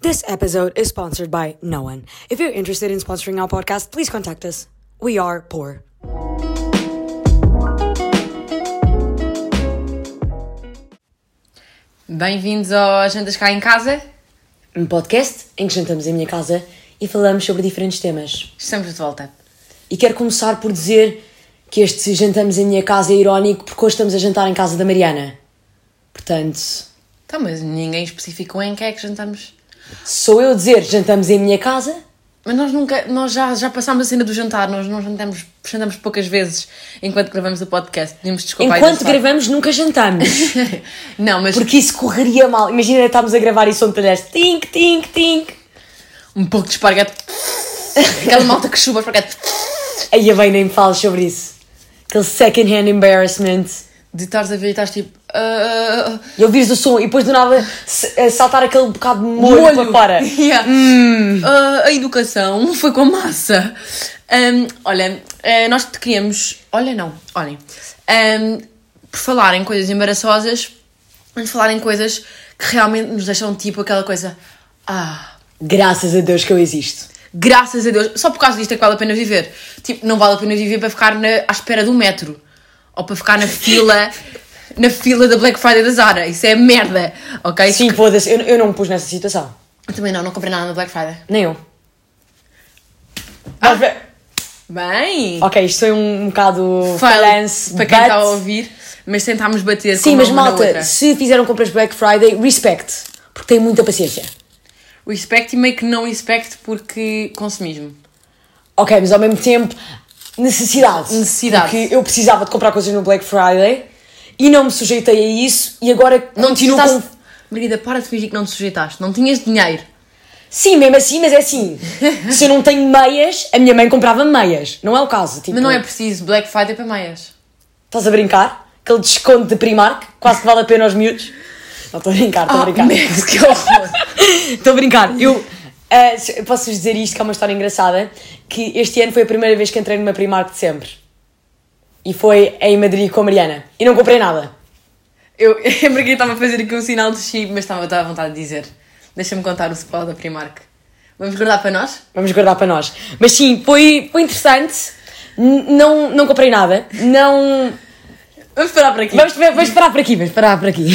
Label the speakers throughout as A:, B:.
A: This episode is sponsored by no one. If you're interested in sponsoring our podcast, please contact us. We are poor.
B: Bem-vindos ao Jantas Cá em Casa.
A: Um podcast em que jantamos em minha casa e falamos sobre diferentes temas.
B: Estamos de volta.
A: E quero começar por dizer que este jantamos em minha casa é irónico porque hoje estamos a jantar em casa da Mariana. Portanto,
B: Então, mas ninguém especificou em que é que jantamos.
A: sou eu a dizer jantamos em minha casa,
B: Mas nós nunca, nós já, já passámos a cena do jantar, nós não jantamos, jantamos poucas vezes enquanto gravamos o podcast. Pedimos desculpa aí
A: enquanto
B: desse lado.
A: gravamos nunca jantamos.
B: Não, mas
A: Porque isso correria mal. Imagina estamos a gravar e som de talheres. Tink, tink, tink.
B: um pouco de esparguete. Aquela malta que chuba esparguete.
A: Aí bem, nem me fales sobre isso. Aquele second hand embarrassment.
B: De estares a ver e estás tipo. ah,
A: E ouvires o som e depois do nada se- eh, saltar aquele bocado de molho, Hum. para fora.
B: Yeah. Ah, a educação foi com a massa. Ahm, olha, eh, nós te queríamos. Olha, não, olhem. Ahm, por falar em coisas embaraçosas, vamos falar em coisas que realmente nos deixam tipo aquela coisa. Ah,
A: Graças a Deus que eu existo.
B: graças a Deus, só por causa disto é que vale a pena viver. Tipo, não vale a pena viver para ficar na, à espera do metro ou para ficar na fila. Na fila da Black Friday da Zara, isso é merda, ok?
A: Sim, foda-se, eu, eu não me pus nessa situação.
B: Eu também não, não comprei nada na Black Friday.
A: Nem eu.
B: Ah.
A: Mas, bem,
B: Bem!
A: Ok, isto foi um, um bocado falance,
B: Fail para quem
A: but-
B: está a ouvir, mas tentámos bater
A: Sim,
B: com
A: mas
B: uma na
A: malta,
B: outra.
A: se fizeram compras Black Friday, respect. Porque tem muita paciência.
B: Respect e meio que não respect porque consumismo.
A: Ok, mas ao mesmo tempo, necessidade.
B: Necessidade.
A: Porque eu precisava de comprar coisas no Black Friday e não me sujeitei a isso e agora continuo
B: Estás-
A: com...
B: Margarida, para de fingir que não te sujeitaste, não tinhas dinheiro.
A: Sim, mesmo assim, mas é assim. se eu não tenho meias, a minha mãe comprava meias. Não é o caso, tipo...
B: Mas não é preciso Black Friday para meias.
A: Estás a brincar? Aquele desconto de Primark, quase que vale a pena aos miúdos. Não, estou a brincar, estou a brincar.
B: merda, Ah, que horror.
A: Estou a brincar. Eu ah, se- posso-vos dizer isto, que é uma história engraçada, que este ano foi a primeira vez que entrei numa Primark de sempre. E foi em Madrid com a Mariana. E não comprei nada.
B: Eu, a Margarida estava a fazer aqui um sinal de chip, mas estava estava à vontade de dizer. Deixa-me contar o spoiler da Primark. Vamos guardar para nós?
A: Vamos guardar para nós. Mas sim, foi, foi interessante. N- Não, não comprei nada. Não.
B: Vamos parar por aqui.
A: Vamos, vamos parar por aqui, vamos parar por aqui.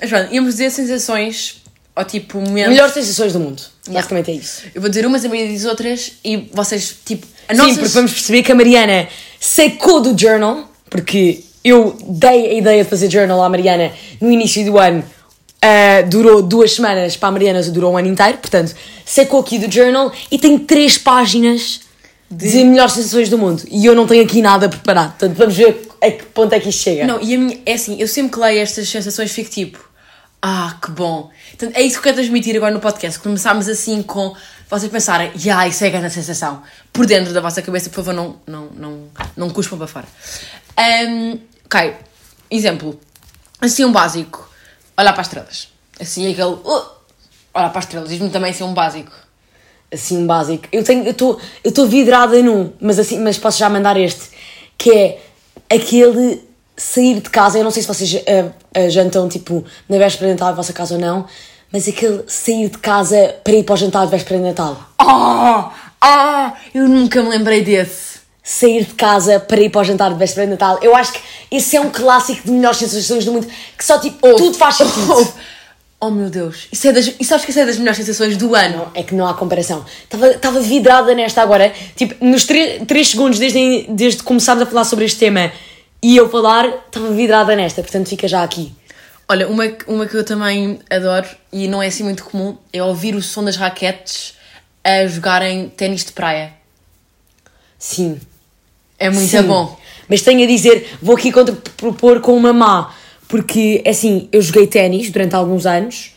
B: Mas pronto, íamos dizer sensações, ou tipo, momentos...
A: Melhores sensações do mundo. Basicamente é isso.
B: Eu vou dizer umas, a Maria diz outras e vocês, tipo, a
A: Sim, porque vamos perceber que a Mariana sacou do journal, porque eu dei a ideia de fazer journal à Mariana no início do ano, ah, durou duas semanas, para a Mariana durou um ano inteiro, portanto, sacou aqui do journal e tem três páginas de, melhores sensações do mundo. E eu não tenho aqui nada preparado, portanto, vamos ver a que ponto é que isto chega.
B: Não, e a minha, é assim, eu sempre que leio estas sensações fico tipo, ah, que bom. Portanto, é isso que eu quero transmitir agora no podcast. Começámos assim com vocês pensarem, ya, isso é a grande sensação. Por dentro da vossa cabeça, por favor, não, não, não, não cuspam para fora. Ahm, ok, exemplo. Assim, um básico. Olhar para as estrelas. Assim, aquele. "Uh", olhar para as estrelas. Diz-me também assim um básico.
A: assim básico. Eu tenho, eu estou, eu estou vidrada num, mas assim, mas posso já mandar este, que é aquele sair de casa. Eu não sei se vocês ah, ah, jantam tipo na véspera de Natal a vossa casa ou não, mas aquele sair de casa para ir para o jantar de véspera de Natal.
B: Oh! Ah! Eu nunca me lembrei desse.
A: Sair de casa para ir para o jantar de véspera de Natal. Eu acho que esse é um clássico de melhores sensações do mundo, que só tipo tudo faz sentido.
B: Oh, oh meu Deus, isso é das, isso acho que isso é das melhores sensações do ano.
A: Não, é que não há comparação. Estava vidrada nesta agora. Tipo, nos 3 segundos desde, desde que começámos a falar sobre este tema e eu falar, estava vidrada nesta. Portanto, fica já aqui.
B: Olha, uma, que- uma que eu também adoro e não é assim muito comum é ouvir o som das raquetes a jogarem ténis de praia.
A: Sim.
B: É muito
A: Sim.
B: bom.
A: Mas tenho a dizer, vou aqui contrapropor com uma má. Porque, assim, eu joguei ténis durante alguns anos.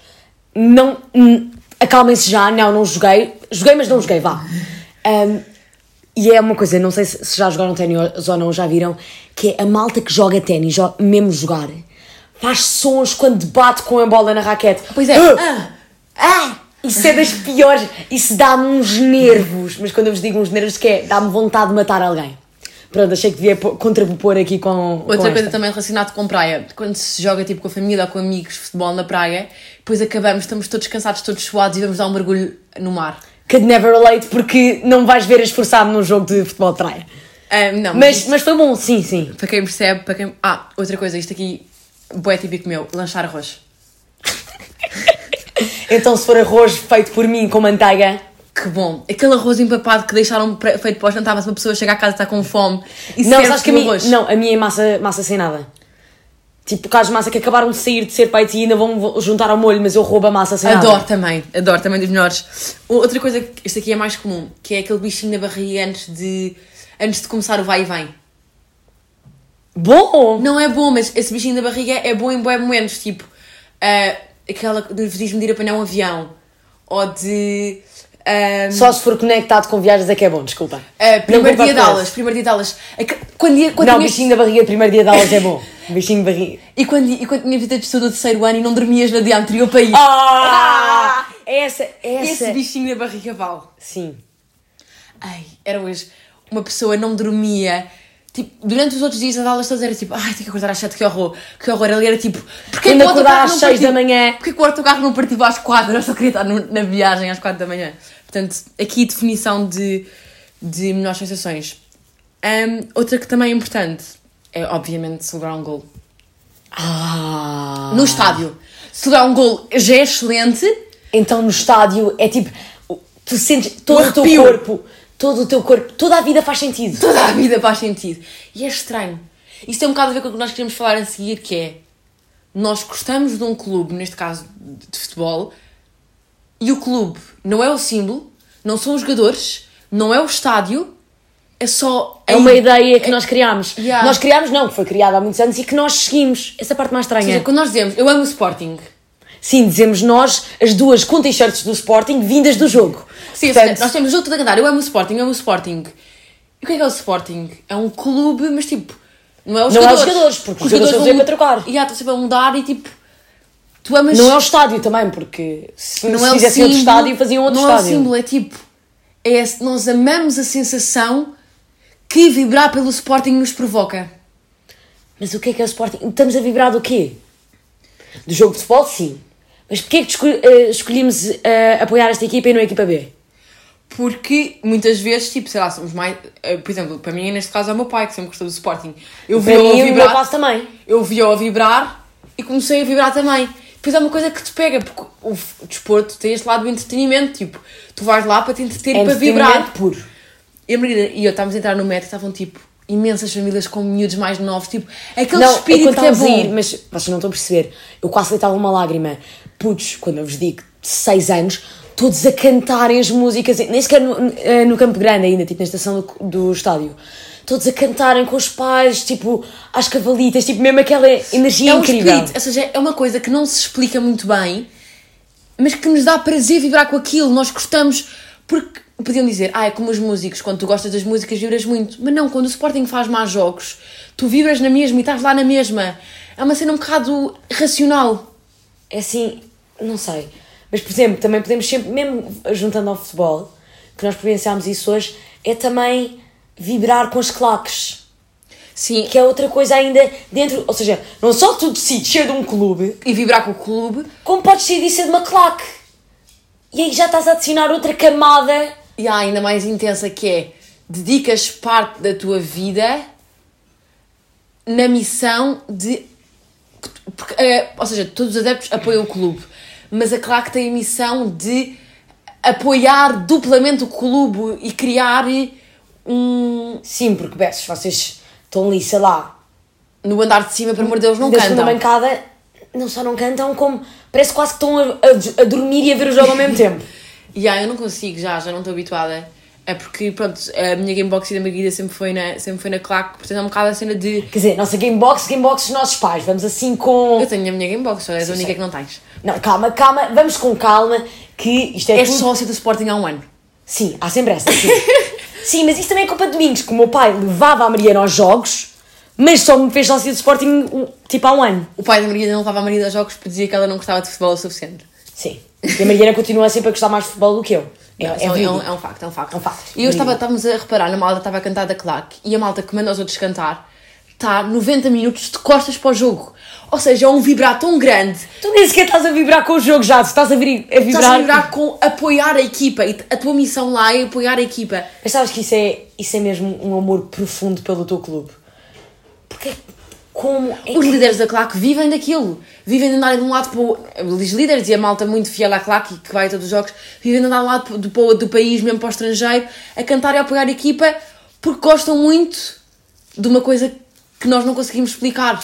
A: Não. hum, Acalmem-se já, não, não joguei. Joguei, mas não joguei, vá. Ahm, e é uma coisa, não sei se se já jogaram ténis ou não, já viram, que é a malta que joga ténis, jo- mesmo jogar, faz sons quando bate com a bola na raquete.
B: Pois é.
A: Ah!
B: Ah!
A: Ah! Isso é das piores. Isso dá-me uns nervos. Mas quando eu vos digo uns nervos, que é dá-me vontade de matar alguém. Pronto, achei que devia pô- contrapor aqui com. com
B: Outra
A: esta.
B: coisa também relacionada com praia, quando se joga tipo com a família ou com amigos futebol na praia, depois acabamos, estamos todos cansados, todos suados e vamos dar um mergulho no mar.
A: Could never relate porque não vais ver a esforçar-me num jogo de futebol de praia.
B: Ah, não,
A: Mas, mas foi bom, sim, sim.
B: para quem percebe, para quem. Ah, outra coisa, isto aqui boé típico meu, lanchar arroz.
A: Então, se for arroz feito por mim com manteiga,
B: Que bom! Aquele arroz empapado que deixaram pre- feito para o jantar, mas uma pessoa chega à casa e está com fome e
A: não,
B: serve-se
A: sabes que a
B: o
A: mim,
B: arroz.
A: não, a minha é massa, massa sem nada. Tipo, casos de massa que acabaram de sair de ser feito e ainda vão juntar ao molho, mas eu roubo a massa sem nada.
B: Adoro também, adoro também dos melhores. O- Outra coisa, que isto aqui é mais comum, que é aquele bichinho na barriga antes de, antes de começar o vai e vem.
A: Bom!
B: Não é bom, mas esse bichinho na barriga é bom em bué momentos, tipo, ah, aquela nervosismo de ir apanhar um avião, ou de... ah,
A: Só se for conectado com viagens é que é bom, desculpa.
B: ah, primeiro
A: Não
B: dia de
A: compacto
B: aulas, primeiro dia de aulas. Aque- Quando, ia- quando
A: Não,
B: tinhas-
A: bichinho da barriga, primeiro dia de aulas é bom. Bichinho de barriga.
B: E quando, e quando tinha vida de estudo do terceiro ano e não dormias no dia anterior para ir.
A: Ah! Essa, essa.
B: Esse bichinho na barriga vale.
A: Sim.
B: Ai, era hoje. Uma pessoa não dormia. Tipo, durante os outros dias as aulas todas era tipo, ai, tenho que acordar às 7, que horror, que horror. Ele era tipo, porquê
A: Tenho
B: que
A: de
B: o
A: acordar
B: autocarro
A: às
B: não
A: seis
B: partiu-
A: da manhã.
B: Porquê que o autocarro não partiu às 4? Eu só queria estar no- na viagem às 4 da manhã. Portanto, aqui definição de, de melhores sensações. Ahm, outra que também é importante é, obviamente, celebrar um gol.
A: Ah!
B: No estádio. Celebrar um gol já é excelente,
A: Então no estádio é tipo, tu sentes todo o teu
B: Um arrepio.
A: corpo, todo o teu corpo, toda a vida faz sentido.
B: toda a vida faz sentido. E é estranho. Isso tem um bocado a ver com o que nós queremos falar a seguir, que é nós gostamos de um clube, neste caso de de futebol, e o clube não é o símbolo, não são os jogadores, não é o estádio, é só
A: É
B: a
A: uma
B: ide-
A: ideia que nós criámos.
B: Yeah.
A: Nós criámos, não, que foi criada há muitos anos e que nós seguimos. Essa é a parte mais
B: Ou
A: estranha.
B: seja, quando nós dizemos eu amo o Sporting,
A: Sim, dizemos nós, as duas com t-shirts do Sporting vindas do jogo.
B: Sim, ou seja,
A: Portanto,
B: nós temos outro a cantar, eu amo o Sporting, eu amo o Sporting. E o que é que é o Sporting? É um clube, mas tipo, não é os
A: Não é os
B: jogadores.
A: jogadores, porque os jogadores
B: vão
A: vão
B: mu-
A: para trocar.
B: E há, estão sempre a mudar e tipo, tu amas... é
A: não é o estádio também, porque se, se fizessem outro
B: símbolo,
A: estádio, faziam outro
B: não
A: estádio.
B: é o símbolo, é tipo, é, esse- nós amamos a sensação que vibrar pelo Sporting nos provoca.
A: Mas o que é que é o Sporting? Estamos a vibrar do quê? Do jogo de futebol, sim. Mas porquê é que esco- eh, escolhemos eh, apoiar esta equipa e não a equipa B?
B: Porque muitas vezes, tipo, sei lá, somos mais. eh, Por exemplo, para mim, neste caso, é o meu pai que sempre gostou do Sporting. Eu
A: Para
B: vi-o
A: mim, é
B: a
A: o meu
B: vibrar.
A: caso também.
B: eu vi-o a vibrar e comecei a vibrar também. Depois é uma coisa que te pega, porque o f- desporto tem este lado do entretenimento, tipo, tu vais lá para te entreter e para vibrar.
A: entretenimento É puro.
B: E a Margarida e eu estávamos a entrar no metro e estavam, tipo, imensas famílias com miúdos mais novos, tipo, aquele
A: não,
B: espírito que é
A: estávamos a ir,
B: bom.
A: mas vocês não estão a perceber. Eu quase deitava uma lágrima. Putos, quando eu vos digo 6 anos, todos a cantarem as músicas, nem sequer no, eh, no Campo Grande ainda, tipo na estação do, do estádio. Todos a cantarem com os pais, tipo, às cavalitas, tipo, mesmo aquela energia
B: É um
A: incrível.
B: espírito, ou seja, é uma coisa que não se explica muito bem, mas que nos dá prazer vibrar com aquilo, nós gostamos, porque podiam dizer, ah, é como os músicos, quando tu gostas das músicas vibras muito, mas não, quando o Sporting faz más jogos, tu vibras na mesma e estás lá na mesma, é uma cena um bocado racional.
A: É assim, não sei. Mas, por exemplo, também podemos sempre, mesmo juntando ao futebol, que nós vivenciámos isso hoje, é também vibrar com os claques.
B: Sim,
A: Que é outra coisa ainda dentro. Ou seja, não só tu decides ser de um clube,
B: e vibrar com o clube,
A: como podes decidir ser de uma claque. E aí já estás a adicionar outra camada.
B: e há ainda mais intensa que é, dedicas parte da tua vida na missão de. porque, eh, ou seja, todos os adeptos apoiam o clube, mas é a Claque tem a missão de apoiar duplamente o clube e criar um.
A: Sim, porque peças, vocês estão ali, sei lá,
B: No andar de cima, pelo amor de Deus, não
A: da segunda
B: cantam.
A: bancada, não só não cantam, como parece quase que estão a, a- a dormir e a ver o jogo ao mesmo tempo.
B: E yeah, eu não consigo já, já não estou habituada. É porque, pronto, a minha Gamebox e da Margarida sempre foi na, sempre foi na Claque, portanto é um bocado a cena de.
A: Quer dizer, nossa Gamebox, Gamebox dos nossos pais, vamos assim com.
B: Eu tenho a minha Gamebox, só és a única
A: sei.
B: que não tens.
A: Não, calma, calma, vamos com calma, que isto é
B: És
A: tudo-
B: sócia do Sporting há um ano.
A: Sim, há sempre essa. Sim. Sim, mas isso também é culpa de Domingos, que o meu pai levava a Mariana aos jogos, mas só me fez sócia de Sporting um- tipo há um ano.
B: O pai da Margarida não levava a Margarida aos jogos porque dizia que ela não gostava de futebol o suficiente.
A: Sim. E a Mariana continua sempre a gostar mais de futebol do que eu. É,
B: Não,
A: é,
B: isso é, um- é
A: verídico.
B: um, é um facto, é um facto.
A: É um facto.
B: E eu estava, estávamos a reparar, na malta estava a cantar da claque e a malta que manda os outros cantar está 90 minutos de costas para o jogo. Ou seja, é um vibrar tão grande,
A: Tu nem sequer estás a vibrar com o jogo já, tu estás a, vir, a
B: um- estás
A: vibrar.
B: a vibrar com apoiar a equipa e a tua missão lá é apoiar a equipa.
A: Mas sabes que isso é, isso é mesmo um amor profundo pelo teu clube. Porque é como é
B: Os líderes da claque vivem daquilo, vivem de andarem de um lado para o outro. Os líderes e a malta muito fiel à claque e que vai a todos os jogos, vivem de andar de um lado do, para o outro do país, mesmo para o estrangeiro, a cantar e a apoiar a equipa porque gostam muito de uma coisa que nós não conseguimos explicar.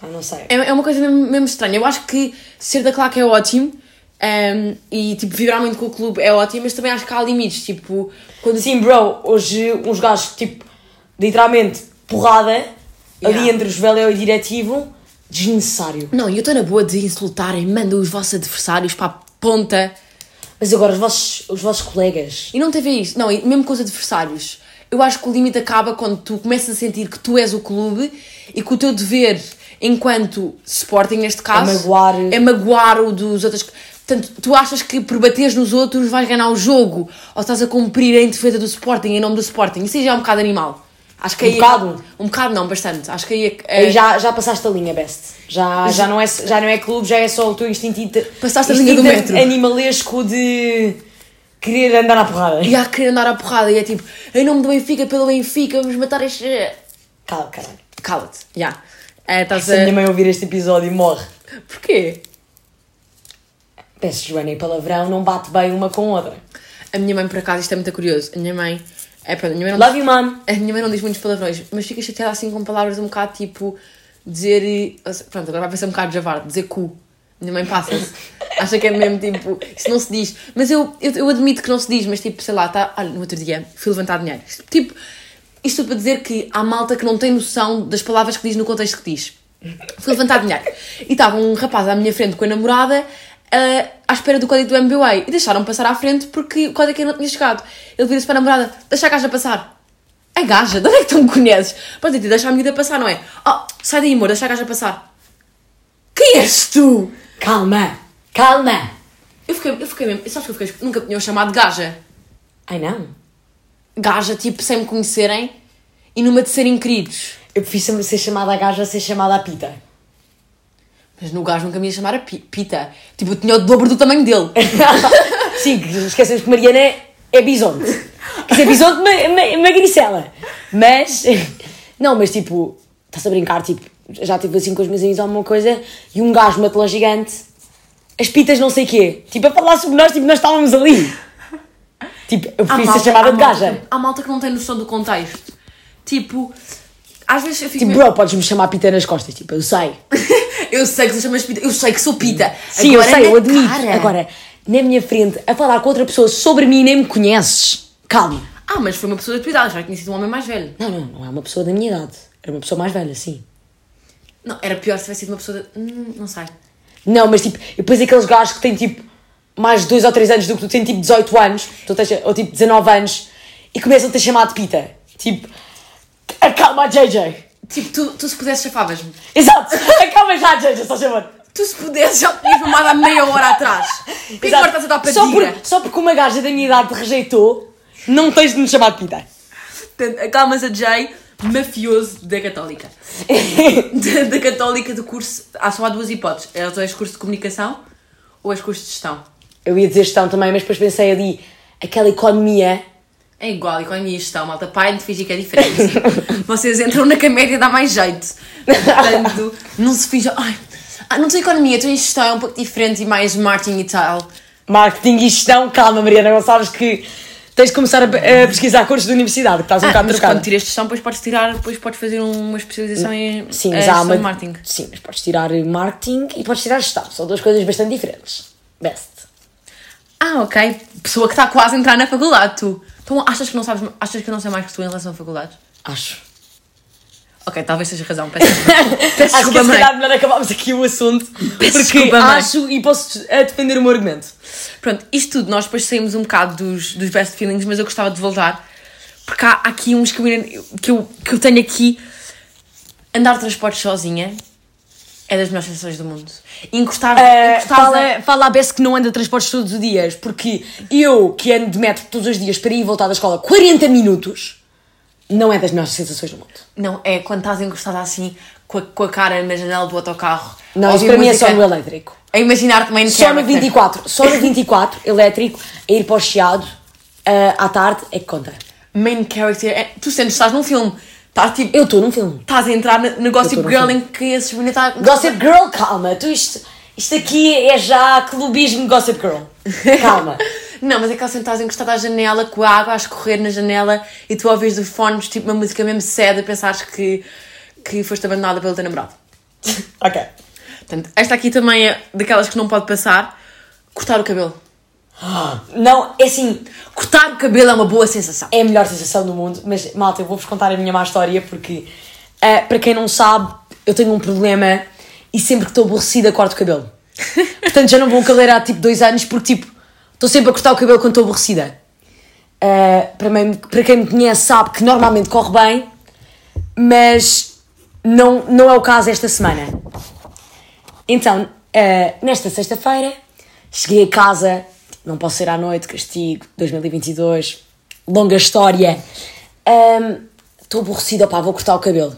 A: Ah, não sei.
B: É, é uma coisa mesmo, mesmo estranha. Eu acho que ser da claque é ótimo ehm, e tipo, vibrar muito com o clube é ótimo, mas também acho que há limites. Tipo, quando
A: Sim, bro, hoje uns gajos, tipo, literalmente, porrada, ali
B: Yeah.
A: entre os velho e o diretivo, desnecessário.
B: Não, eu estou na boa de insultarem, mandam os vossos adversários para a ponta.
A: Mas agora, os vossos, os vossos colegas,
B: E não teve isso. Não, e mesmo com os adversários. Eu acho que o limite acaba quando tu começas a sentir que tu és o clube e que o teu dever, enquanto Sporting neste caso,
A: magoar. eh,
B: é magoar o dos outros. Portanto, tu achas que por bateres nos outros vais ganhar o jogo ou estás a cumprir em defesa do Sporting, em nome do Sporting. Isso aí já é um bocado animal. Acho que
A: Um
B: aí
A: bocado?
B: Um bocado não, bastante. Acho que aí é que- é-
A: aí já, já passaste a linha, best. Já, já, não é, já não é clube, já é só o teu instinto. inter-
B: Passaste a linha do
A: instinto
B: metro.
A: animalesco de querer andar à porrada.
B: E há que querer andar à porrada e é tipo, em nome do Benfica, pelo Benfica, vamos matar este.
A: Cala, caralho.
B: Cala-te, já. Eh, estás
A: Se a minha
B: a.
A: mãe ouvir este episódio, morre.
B: Porquê?
A: Peço Joana e palavrão, não bate bem uma com a outra.
B: A minha mãe, por acaso, isto é muito curioso. A minha mãe. É, pronto, a minha mãe não,
A: Love you, mom.
B: a minha mãe não diz muitos palavrões, mas fica chateada assim com palavras um bocado tipo. Dizer. eh, Pronto, agora vai parecer um bocado javarde, dizer cu. Minha mãe passa-se. Acha que é mesmo tipo. Isso não se diz. Mas eu, eu, eu admito que não se diz, mas tipo, sei lá, tá. Olha, no outro dia fui levantar dinheiro. Tipo, isto para dizer que há malta que não tem noção das palavras que diz no contexto que diz. Fui levantar dinheiro. E estava um rapaz à minha frente com a namorada ah, à espera do código do MBA. E deixaram-me passar à frente porque o código ainda não tinha chegado. Ele vira-se para a namorada: Deixa a gaja passar. A gaja? De onde é que tu me conheces? Pode dizer, deixa a miúda passar, não é? Oh, sai daí, amor, deixa a gaja passar. Quem és tu?
A: Calma, calma.
B: Eu fiquei, eu fiquei mesmo. Sabes que eu fiquei. Nunca me tinham chamado de gaja.
A: Ai não.
B: Gaja, tipo, sem me conhecerem e numa de serem queridos.
A: Eu prefiro ser chamada a gaja a ser chamada a pita.
B: Mas no gajo nunca me ia chamar a pi- Pita. Tipo, eu tinha o dobro do tamanho dele.
A: Sim, que esquecemos que Mariana é bisonte. Quer dizer, bisonte ma ma magricela. Mas, não, mas tipo, estás a brincar, tipo, já tive assim com os meus amigos alguma coisa e um gajo matelão gigante, as pitas não sei quê, tipo, a falar sobre nós, tipo, nós estávamos ali. Tipo, eu
B: Há
A: prefiro ser
B: malta-
A: chamada
B: há
A: de
B: malta
A: gaja.
B: que- Há malta que não tem noção do contexto. Tipo, às vezes eu fico.
A: Tipo,
B: mesmo-
A: bro, podes-me chamar pita nas costas, tipo, eu sei.
B: eu sei que se chamas Pita, eu sei que sou Pita.
A: Sim,
B: Agora
A: eu sei,
B: na
A: eu admito.
B: cara.
A: Agora, na minha frente, a falar com outra pessoa sobre mim, nem me conheces. Calma.
B: Ah, mas foi uma pessoa da tua idade, já tinha sido um homem mais velho.
A: Não, não, não é uma pessoa da minha idade. Era uma pessoa mais velha, sim.
B: Não, era pior se tivesse sido uma pessoa da. Hum, não sei.
A: Não, mas tipo, e depois aqueles gajos que têm tipo mais de 2 ou 3 anos do que tu tens tipo 18 anos, tu tens, ou tipo 19 anos, e começam-te a chamar de pita. Tipo, acalma a JJ.
B: Tipo, tu, tu se pudesse chafavas-me.
A: Exato, acalma já a JJ, só chamando.
B: Tu se pudesse já tinhas mamado há meia hora atrás. Por que agora estás a dar para
A: só, por, só porque uma gaja da minha idade te rejeitou, não tens de me chamar de pita.
B: Portanto, acalmas a Jay, mafioso da Católica. da, da Católica do curso. Há só há duas hipóteses. É Ou és curso de comunicação ou és curso de gestão.
A: Eu ia dizer gestão também, mas depois pensei ali, aquela economia.
B: É igual, economia e gestão, malta. Parem de fingir que é diferente. Vocês entram na que a média dá mais jeito. Portanto, não se fijam. Ai, ah, não estou em economia, estou em gestão, é um pouco diferente e mais marketing e tal.
A: Marketing e gestão, calma Mariana Gonçalves que tens de começar a, a pesquisar cursos de universidade, que estás um
B: Ah,
A: bocado
B: mas quando
A: buscada.
B: tiras gestão, depois podes tirar, depois podes fazer uma especialização em
A: Sim,
B: eh,
A: mas há
B: gestão
A: uma...
B: de marketing.
A: Sim, mas podes tirar marketing e podes tirar gestão. São duas coisas bastante diferentes. Best.
B: Ah, ok. Pessoa que está quase a entrar na faculdade, tu. Então achas que não sabes, achas que eu não sei mais que tu em relação a faculdades?
A: Acho.
B: Ok, talvez sejas razão, peço desculpa. Peço
A: acho que
B: desculpa,
A: se
B: mãe.
A: calhar melhor acabámos aqui o assunto. porque
B: desculpa, mãe.
A: acho e posso eh, defender o meu argumento.
B: Pronto, isto tudo, nós depois saímos um bocado dos, dos best feelings, mas eu gostava de voltar, porque há aqui uns que eu, que eu, que eu tenho aqui. Andar de transportes sozinha é das melhores sensações do mundo. Encostar,
A: Eh,
B: encostar
A: fala, fala a Bess que não anda de transportes todos os dias, porque eu, que ando de metro todos os dias para ir e voltar da escola 40 minutos, não é das melhores sensações do mundo.
B: Não, é quando estás encostada assim, com a, com a cara na janela do autocarro.
A: Não,
B: a
A: isso
B: ouvir
A: para mim é
B: música,
A: só no elétrico.
B: A imaginar também
A: Só no 24, só no 24, elétrico, a ir para o Chiado, eh, à tarde, é que conta.
B: Main character. é- tu sentes, estás num filme. Estás tipo.
A: Eu estou num filme.
B: Estás a entrar no, no Gossip
A: Eu tô num
B: Girl
A: filme.
B: em que tá- esses meninos estão.
A: Gossip Girl, calma, tu isto, isto aqui é já clubismo Gossip Girl. Calma.
B: Não, mas é que assim estás encostada à janela com a água a escorrer na janela e tu ouves de fones tipo uma música mesmo cedo a pensares que, que foste abandonada pelo teu namorado.
A: ok.
B: Portanto, esta aqui também é daquelas que não pode passar. Cortar o cabelo.
A: Não, é assim,
B: Cortar o cabelo é uma boa sensação.
A: é a melhor sensação do mundo, mas malta, eu vou-vos contar a minha má história porque, ah, para quem não sabe, eu tenho um problema e sempre que estou aborrecida corto o cabelo. Portanto, já não vou a um cabeleireiro há tipo dois anos porque, tipo, estou sempre a cortar o cabelo quando estou aborrecida. Ah, para, mim- para quem me conhece, sabe que normalmente corre bem, mas não, não é o caso esta semana. Então, ah, nesta sexta-feira, cheguei a casa, não posso ir à noite, castigo, 2022, longa história. Ahm, Estou aborrecida, pá, vou cortar o cabelo.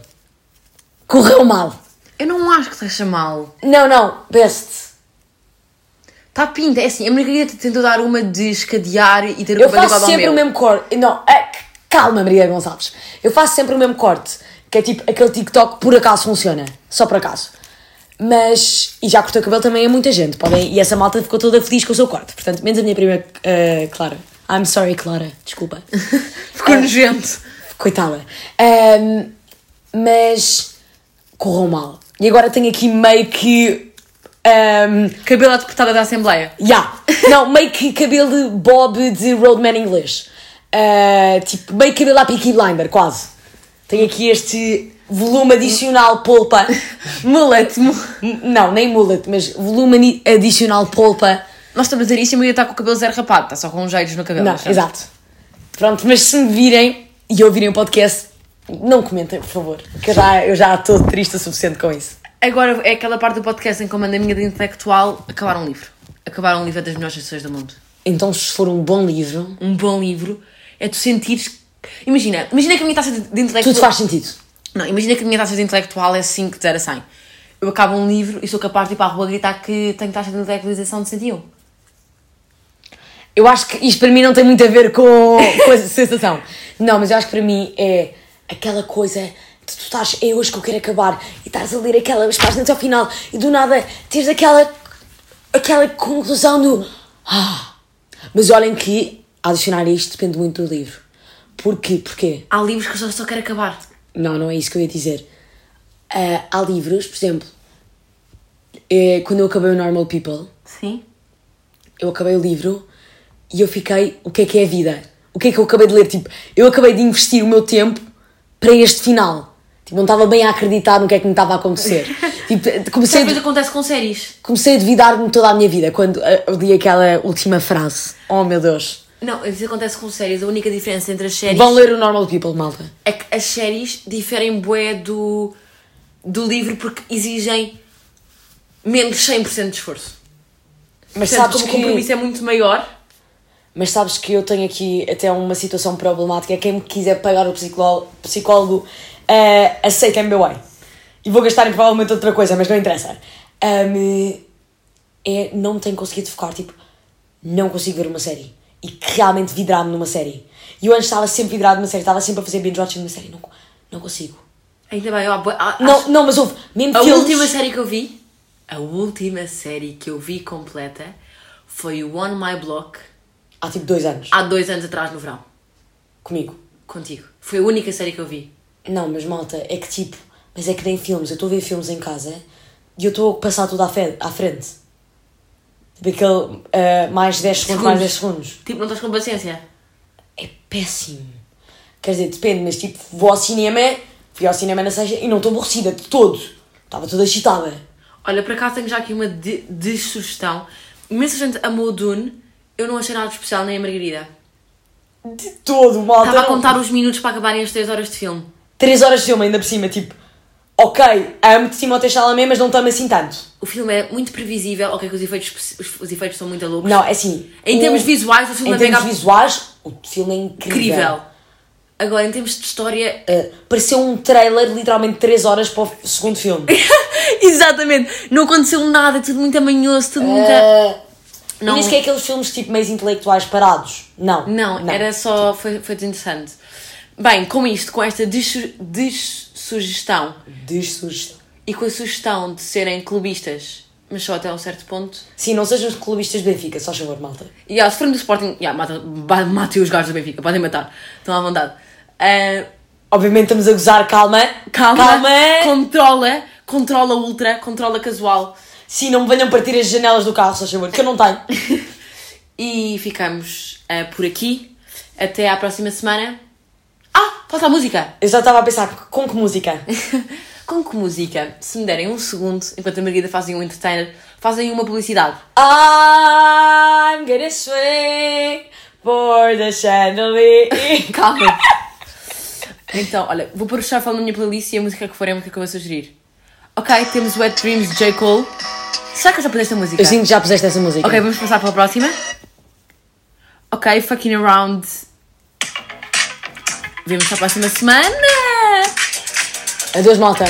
A: Correu mal.
B: Eu não acho que esteja mal.
A: Não, não, best.
B: Está pinta, é assim, a Margarida tentou dar uma de escadear e ter é o
A: Eu
B: cabelo igual
A: faço
B: ao
A: sempre
B: meu.
A: o mesmo corte. Não, ah, calma, Maria Gonçalves. Eu faço sempre o mesmo corte, que é tipo aquele TikTok que por acaso funciona, só por acaso. Mas, e já cortei o cabelo também a muita gente, podem, e essa malta ficou toda feliz com o seu corte, portanto, menos a minha prima ah, Clara. I'm sorry, Clara, desculpa.
B: Ficou
A: Ah.
B: nojento.
A: Coitada. Ahm, mas correu mal. E agora tenho aqui meio que. ahm,
B: Cabelo à deputada da Assembleia.
A: Yeah. Não, meio que cabelo Bob de Roadman inglês. Ah, tipo, meio cabelo à Peaky Blinder, quase. Tenho aqui este volume adicional polpa.
B: Mullet. mu-
A: M- Não, nem mullet, mas volume ani- adicional polpa.
B: Nós estamos a dizer isso e a Margarida está com o cabelo zero rapado, está só com uns jeitos no cabelo.
A: Não,
B: mas pronto.
A: exato. Pronto, mas se me virem e ouvirem o podcast, não comentem, por favor. Que eu já- eu já estou triste o suficiente com isso.
B: Agora é aquela parte do podcast em que eu mando a minha de intelectual acabar um livro. Acabar um livro é das melhores sensações do mundo.
A: Então, se for um bom livro,
B: Um bom livro é tu sentires. Imagina, imagina que a minha taxa de, de intelectual.
A: tudo faz sentido.
B: Não, imagina que a minha taxa de intelectual é 5 de 0 a 100. Eu acabo um livro e sou capaz de ir para a rua gritar que tenho taxa de intelectualização de 101.
A: Eu acho que isto para mim não tem muito a ver com, com a sensação. Não, mas eu acho que para mim é aquela coisa de tu estás, é hoje que eu quero acabar, e estás a ler aquelas páginas ao final, e do nada tens aquela, aquela conclusão do. Ah! Mas olhem que adicionar isto depende muito do livro. Porquê? Porquê?
B: Há livros que eu só, só quero acabar.
A: Não, não é isso que eu ia dizer. Ah, há livros, por exemplo, eh, quando eu acabei o Normal People,
B: Sim.
A: eu acabei o livro e eu fiquei, o que é que é a vida? O que é que eu acabei de ler? Tipo, eu acabei de investir o meu tempo para este final. Tipo, não estava bem a acreditar no que é que me estava a acontecer. tipo, comecei,
B: Depois
A: a,
B: é acontece com séries.
A: comecei a duvidar-me toda a minha vida quando ah, eu li aquela última frase. Oh meu Deus.
B: Não, isso acontece com séries. A única diferença entre as séries
A: Vão ler o Normal People, malta.
B: é que as séries diferem bué do, do livro porque exigem menos 100% de esforço.
A: Mas
B: Portanto,
A: sabes
B: como o
A: que...
B: compromisso é muito maior,
A: Mas sabes que eu tenho aqui até uma situação problemática. é Quem me quiser pagar o psicólogo, psicólogo eh, aceita MBWay. E vou gastar em provavelmente outra coisa, mas não interessa. Ahm, é, não me tenho conseguido focar. Tipo, não consigo ver uma série. E que realmente vidrar-me numa série. E eu antes estava sempre vidrado numa série, estava sempre a fazer binge watching numa série. Não, co- não consigo.
B: ainda bem, eu há bué- há-
A: Não,
B: acho-
A: não, mas houve. Mesmo
B: a
A: filmes-
B: última série que eu vi, a última série que eu vi completa foi o On My Block
A: Há tipo dois anos.
B: há dois anos atrás no verão,
A: Comigo.
B: contigo. Foi a única série que eu vi.
A: Não, mas malta, é que tipo, mas é que nem filmes, eu estou a ver filmes em casa e eu estou a passar tudo à, fe- à frente. Tipo aquele ah, mais 10 segundos, mais 10 segundos.
B: Tipo, não estás com paciência?
A: É péssimo. Quer dizer, depende, mas tipo, vou ao cinema, fui ao cinema na sexta e não estou aborrecida de todo. Estava toda excitada.
B: Olha, por acaso tenho já aqui uma de, de sugestão. Imensa gente amou o Dune, eu não achei nada de especial nem a Margarida.
A: De todo, malta.
B: Então. Estava a contar os minutos para acabarem as 3 horas de filme.
A: 3 horas de filme ainda por cima, tipo, ok, amo-te Timothée Chalamet, mas não te amo assim tanto.
B: O filme é muito previsível, ok, que os efeitos, espe- os, os efeitos são muito loucos.
A: Não, é assim.
B: Em
A: o-
B: termos visuais, o filme
A: Em
B: é
A: termos
B: mega
A: visuais, o filme é incrível.
B: incrível. Agora, em termos de história,
A: Uh, pareceu um trailer, literalmente 3 horas para o segundo filme.
B: Exatamente, não aconteceu nada, tudo muito amanhoso, tudo muito.
A: Não.
B: Não.
A: Não é que é aqueles filmes tipo meios intelectuais parados. Não.
B: Eh, Não, era só. Foi, foi desinteressante. Bem, com isto, com esta dessu- dessugestão
A: Dessugestão.
B: e com a sugestão de serem clubistas, mas só até um certo ponto.
A: Sim, não sejam os clubistas do Benfica, só chamar malta.
B: E ah, se forem do Sporting, yeah, mata- ba- matem os gajos do Benfica, podem matar, estão à vontade. Ah,
A: Obviamente estamos a gozar, calma.
B: calma, controla, controla ultra, controla casual.
A: Sim, não me venham partir as janelas do carro, só chamar, que eu não tenho.
B: E ficamos ah, por aqui. Até à próxima semana. Ah, falta a música!
A: Eu já estava a pensar, com que música?
B: Com que música, se me derem um segundo, enquanto a Margarida fazem um entertainer, fazem uma publicidade?
A: I'm gonna swing for the chandelier.
B: Calma! então, olha, vou pôr o shuffle na minha playlist e a música que for é a música que eu vou sugerir. Ok, temos Wet Dreams de J. Cole. Será que eu já pus esta música?
A: Eu sinto que já puseste essa música.
B: Ok, vamos passar para a próxima. Ok, fucking around. Vemos para a próxima semana!
A: Adeus, malta.